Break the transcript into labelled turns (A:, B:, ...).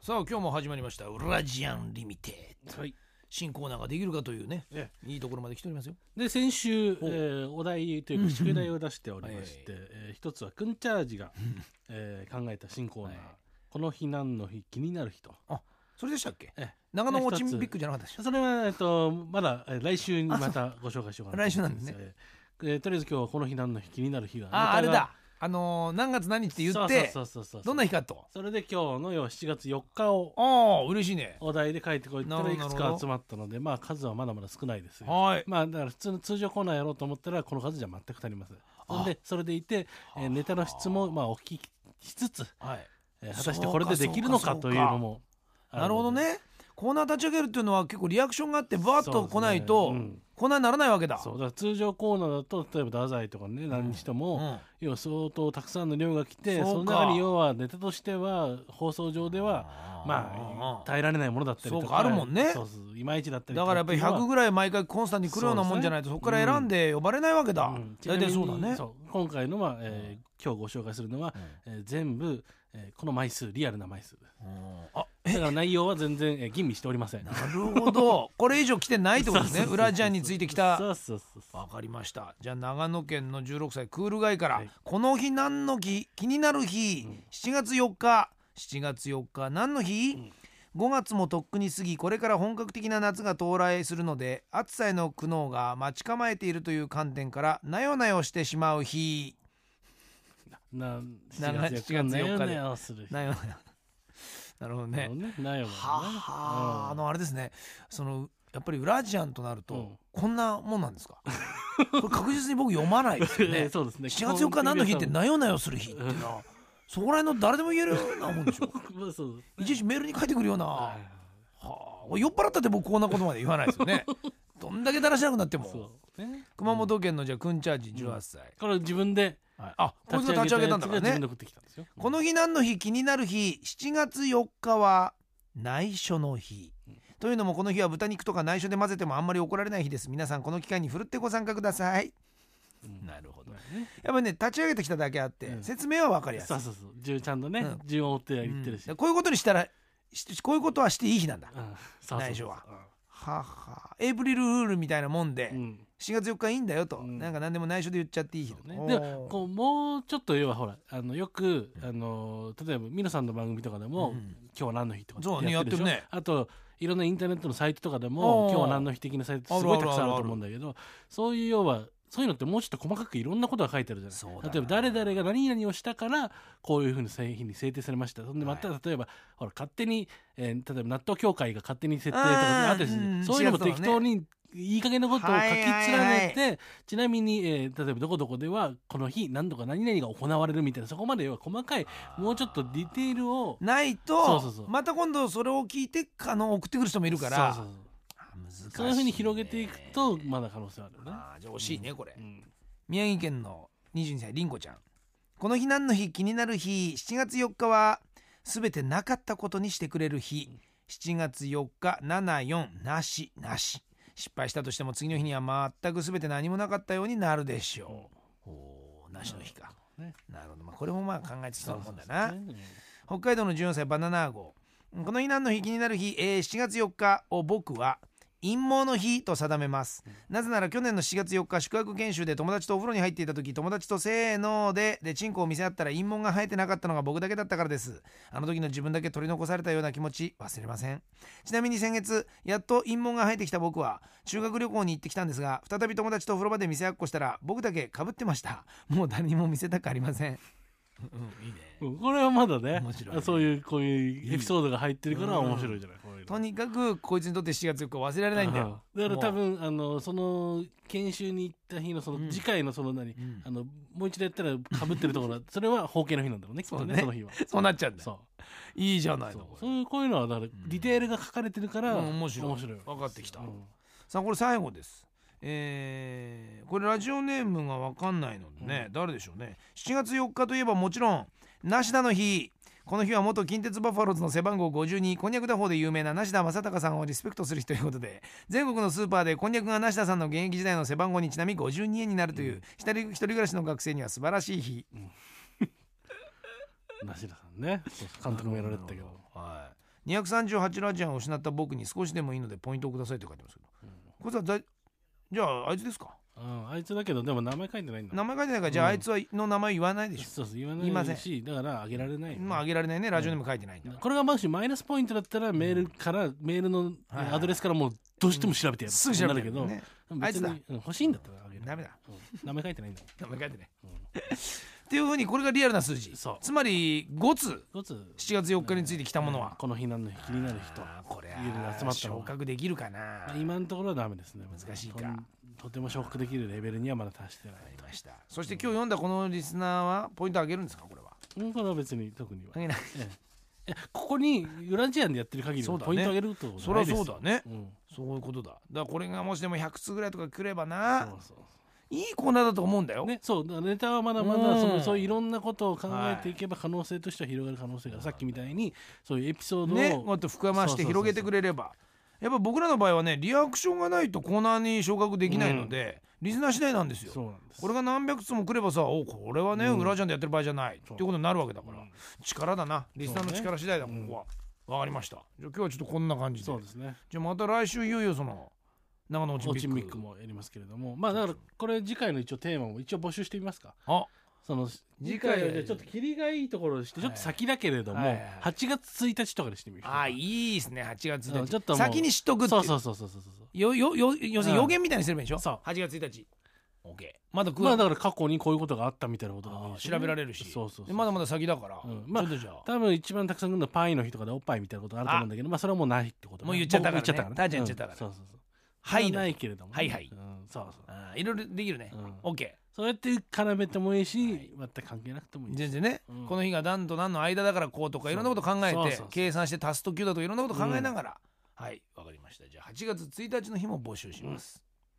A: さあ今日も始まりました「ラジアンリミテッド」
B: はい、
A: 新コーナーができるかというね
B: え
A: いいところまで来ておりますよ
B: で先週お,、えーお題というか宿題を出しておりまして、えー一つはくんチャージが、えー考えた新コーナー、この日何の日気になる日」と。
A: あそれでしたっけ
B: え
A: 長野オチン
B: で
A: ピックじゃなかったでしょ
B: それは、えっと、まだえー来週にまたご紹介しようかな
A: 来週なんですね
B: ね、えーとりあえず今日はこの日何の日気になる日が
A: ああ
B: ネ
A: れ
B: タが
A: だあのー何月何日って言って
B: そうそうそうそうそう
A: どんな日かと
B: それで今日の要は7月4日を
A: ああ嬉しいね
B: お題で書いてこいった
A: な
B: ら
A: る
B: い
A: ほど
B: くつか集まったのでまあ数はまだまだ少ないですが
A: はい
B: まあだから普通の通常コーナーやろうと思ったらこの数じゃ全く足りませんそれでそれでいて、えーネタの質もまあお聞きしつつ、
A: はい
B: えー果たしてこれでできるの
A: そ
B: か
A: うか
B: というのもあ
A: なるほどねコーナー立ち上げるっていうのは結構リアクションがあってバーッ
B: そう
A: と
B: ですね
A: 来ないと、
B: うん
A: コーナーにならないわけだ
B: そうだから通常コーナーだと例えば太宰とかね何にしても、
A: うん
B: 要は相当たくさんの量が来て
A: そうか
B: その中に要はネタとしては放送上では
A: あー
B: まあ耐えられないものだったりとか
A: そうかあるもんね
B: そうそういまいちだったり
A: だからやっぱり100ぐらい毎回コンスタントに来るようなもんじゃないとそ
B: そう
A: こ
B: ですね
A: から選んで呼ばれないわけだ、
B: うん
A: 大体そうだ
B: ちなみ
A: ね
B: にそう今回のは、えー今日ご紹介するのは、えー全部、えーこの枚数リアルな枚数
A: うんあ
B: だから内容は全然、えー吟味しておりません
A: なるほ どこれ以上来てないってことですね裏ジャンについてきた
B: そうそうそうそう
A: わかりましたじゃあ長野県の16歳クールガイから、
B: はい
A: この日何の日気になる日、7月4日7月4日何の日、5月もとっくに過ぎこれから本格的な夏が到来するので暑さへの苦悩が待ち構えているという観点からなよなよしてしまう日
B: な
A: な
B: 7月
A: 7月4
B: 4日
A: 日で
B: なよなよする日
A: なよなよ なるほどね
B: な
A: は
B: よもね
A: あはあ、あのあれですねそのやっぱりウラジアンとなると、
B: うん
A: こんなもんなんです かこれ確実に僕読まないですよね
B: そうですね
A: 7月4日何の日ってなよなよする日っていうのはそこら辺の誰でも言えるようなもんでし ょ
B: まあそう
A: いちいちメールに書いてくるような、はあ、俺酔っ払ったって僕こんなことまで言わないですよ ねどんだけだらしなくなっても
B: そうね
A: 熊本県のじゃあくんチャージ18歳、
B: これ自分で
A: はいあこいつが立ち上げたんだから
B: 自分
A: ね
B: で送ってきたんですよ
A: この日何の日気になる日7月4日は内緒の日というのもこの日は豚肉とか内緒で混ぜてもあんまり怒られない日です皆さんこの機会にふるってご参加ください、なるほどやっぱね立ち上げてきただけあって、
B: うん
A: 説明は分かりやすい
B: そうそうそう順ちゃんとね
A: うん
B: 順を追って
A: う
B: 言
A: ん
B: ってる
A: だ
B: し
A: からこういうことにしたらしこういうことはしていい日なんだ、
B: うんそうそうそう
A: 内緒ははあはあエイプリルフールみたいなもんで、
B: うん
A: 4月4日いいんだよと、
B: うん
A: なんか何でも内緒で言っちゃっていい日だ
B: ね、でこうもうちょっと要はほらあのよく、あの例えば皆さんの番組とかでも、
A: うん
B: 今日は何の日とかって
A: そうね
B: でしょ
A: やってるね
B: あといろんなインターネットのサイトとかでも
A: おー
B: 今日は何の日的なサイトってすごいたくさんあると思うんだけどそういう要はそういうのってもうちょっと細かくいろんなことが書いてあるじゃない
A: そうだな
B: 例えば誰々が何々をしたからこういうふうに製品に制定されましたそんでまた例えば、ほら勝手に、えー例えば納豆協会が勝手に設定とかあったりする
A: あーうん
B: そういうのも
A: 4月とか
B: 適
A: ね
B: 当にいい加減なことを書き連ねて、
A: はいはい
B: ちなみに、えー例えばどこどこではこの日何度か何々が行われるみたいなそこまでは細かいもうちょっとディテールを
A: ないと
B: そうそうそう
A: また今度それを聞いてあの送ってくる人もいるから
B: そうそう
A: あ難しい、ね、
B: そうそういうふうに広げていくとまだ可能性はあるよね。
A: あーじゃあ惜しいねこれ、
B: うん
A: 宮城県の22歳りんこちゃんこの日何の日気になる日7月4日は全てなかったことにしてくれる日7月4日74なしなし失敗したとしても次の日には全く全て何もなかったようになるでしょう、おーなしの日か、
B: ね
A: なるほど、まあ、これもまあ考えてそうなもんだな
B: そうそうそうね
A: 北海道の14歳バナナー号この日何の日気になる日、えー7月4日を僕は陰謀の日と定めます、なぜなら去年の7月4日宿泊研修で友達とお風呂に入っていた時友達とせーのででチンコを見せ合ったら陰謀が生えてなかったのが僕だけだったからですあの時の自分だけ取り残されたような気持ち忘れませんちなみに先月やっと陰謀が生えてきた僕は修学旅行に行ってきたんですが再び友達とお風呂場で見せ合っこしたら僕だけかぶってましたもう誰にも見せたくありませんうんいいね
B: うんこれはまだね
A: 面白いね
B: そういうこういうエピソードが入ってるから面白いじゃないこういうの
A: とにかくこいつにとって7月4日忘れられないんだよ。
B: だから多
A: もう
B: 分あのその研修に行った日のその、
A: うん
B: 次回のその何、
A: ん
B: あのもう一度やったらかぶってると ころはそれは包茎の日なんだろうねきっと
A: そう
B: ね
A: ね
B: その日は
A: そうなっちゃうんだ
B: そ
A: よ。
B: う
A: いいじゃない
B: そ
A: の。
B: う
A: こ
B: そ
A: れ
B: ういうこういうのはだからディテールが書かれてるから、
A: うん面白い
B: 面白い
A: 分かってきた
B: うん
A: さあこれ最後です。えーこれラジオネームが分かんないのでね、誰でしょうね7月4日といえばもちろん梨田の日この日は元近鉄バファローズの背番号52こんにゃく打法で有名な梨田正孝さんをリスペクトする日ということで全国のスーパーでこんにゃくが梨田さんの現役時代の背番号にちなみ52円になるという、一人一人暮らしの学生には素晴らしい日
B: 梨田さんねそう監督もやられてたけど
A: はい238ラジアンを失った僕に少しでもいいのでポイントをくださいって書いてますけどこれはだいじゃああいつですか
B: うん、あいつだけど、でも名前書いてないんだ。
A: 名前書いてないからじゃあ
B: うん
A: あいつはの名前言わないでし
B: そうそう、言わ
A: 言いませ
B: ないし、だからあげられないよ
A: ょ
B: ね。
A: まああげられないねラジオネーム書いてないんだから
B: これがもしマイナスポイントだったらメールから、メールのえ
A: はいはい
B: アドレスからもうどうしても調べてやる、
A: すぐ調べ
B: な
A: る
B: るけど、
A: ねあいつ
B: 別に
A: だ
B: うん欲しいんだったらあげる
A: ダメだ
B: うん名前書いてないんだもん
A: 名前書いてない
B: うん
A: っていうふうにこれがリアルな数字
B: そう
A: つまり5つ
B: 一つ
A: 7月4日についてきたものは
B: この避難の日気になる人
A: あーこれ
B: 家で集まったの
A: 昇格できるかな
B: まあ今のところはダメですね
A: 難しいか
B: とんとてもショックできるレベルにはまだ達してない
A: ありましたそして今日読んだこのリスナーはポイントあげるんですかこれは
B: うんこれは別に特には
A: あげない
B: ええいやここにウラジアンでやってる限り
A: そう
B: は
A: だね
B: ポイントあげるってこと
A: そ
B: な
A: りゃ
B: いです
A: そうだね
B: うん
A: そういうことだだからこれがもしでも100通ぐらいとかくれば
B: そ
A: な
B: うそう
A: いいコーナーだと思うんだよ、
B: ね、そうだからネタはまだま
A: う
B: だ
A: ん
B: そのそういういろんなことを考えていけば可能性としては広がる可能性があるさっきみたいにそういうエピソードを、
A: ねもっと膨らまして
B: そうそうそうそう
A: 広げてくれればやっぱ僕らの場合はねリアクションがないとコーナーに昇格できないので、リスナー次第なんですよ
B: そうなんです
A: これが何百通も来ればさおこれはね、
B: うん
A: 裏ジャンでやってる場合じゃないってい
B: そう
A: うことになるわけだから、
B: うん
A: 力だなリスナーの力次第だ、
B: そうね
A: ここは、わかりましたじゃあ今日はちょっとこんな感じで
B: そうですね
A: じゃあまた来週いよいよその長野オチン
B: オ
A: ピッ
B: チ
A: ク
B: ミックもやりますけれどもまあだからこれ次回の一応テーマも一応募集してみますか
A: あ
B: その
A: 次
B: 次
A: 回
B: 回はじゃあちょっと霧がいいところにしてちょっと先だけれども、
A: はいはいはい
B: 8月1日とかにしてみる
A: あいいですね8月
B: う
A: で
B: んちょっともう
A: 先に知っとくってい
B: そううそうそうそうそうそう
A: よよよ要するに予言みたいにすればいいんでしょ、
B: うんそう
A: 8月1日 OK まだ食う、
B: まあだから過去にこういうことがあったみたいなことが
A: あー調べられるし
B: そうそうそう
A: でまだまだ先だから、
B: うんまあ
A: ちょっとじゃあ
B: 多分一番たくさん来るのはパイの日とかでおっぱいみたいなことあると思うんだけどまあそれはもうないってことね
A: もう言っちゃったからね
B: 僕言っちゃったから
A: ターちゃん言っちゃったから
B: うんそうそうそう
A: はいの
B: ないけれどもね
A: はいはい
B: うんそうそう
A: あーいろいろできるね、
B: うん
A: OK
B: そうやって絡めてもいいし全く関係なくてもいいし
A: 全然ね、
B: うん
A: この日が何と何の間だからこうとか
B: そう
A: いろんなこと考えて
B: そうそうそう
A: 計算して足すと9だとかいろんなこと考えながら、はいわかりましたじゃあ8月1日の日も募集します、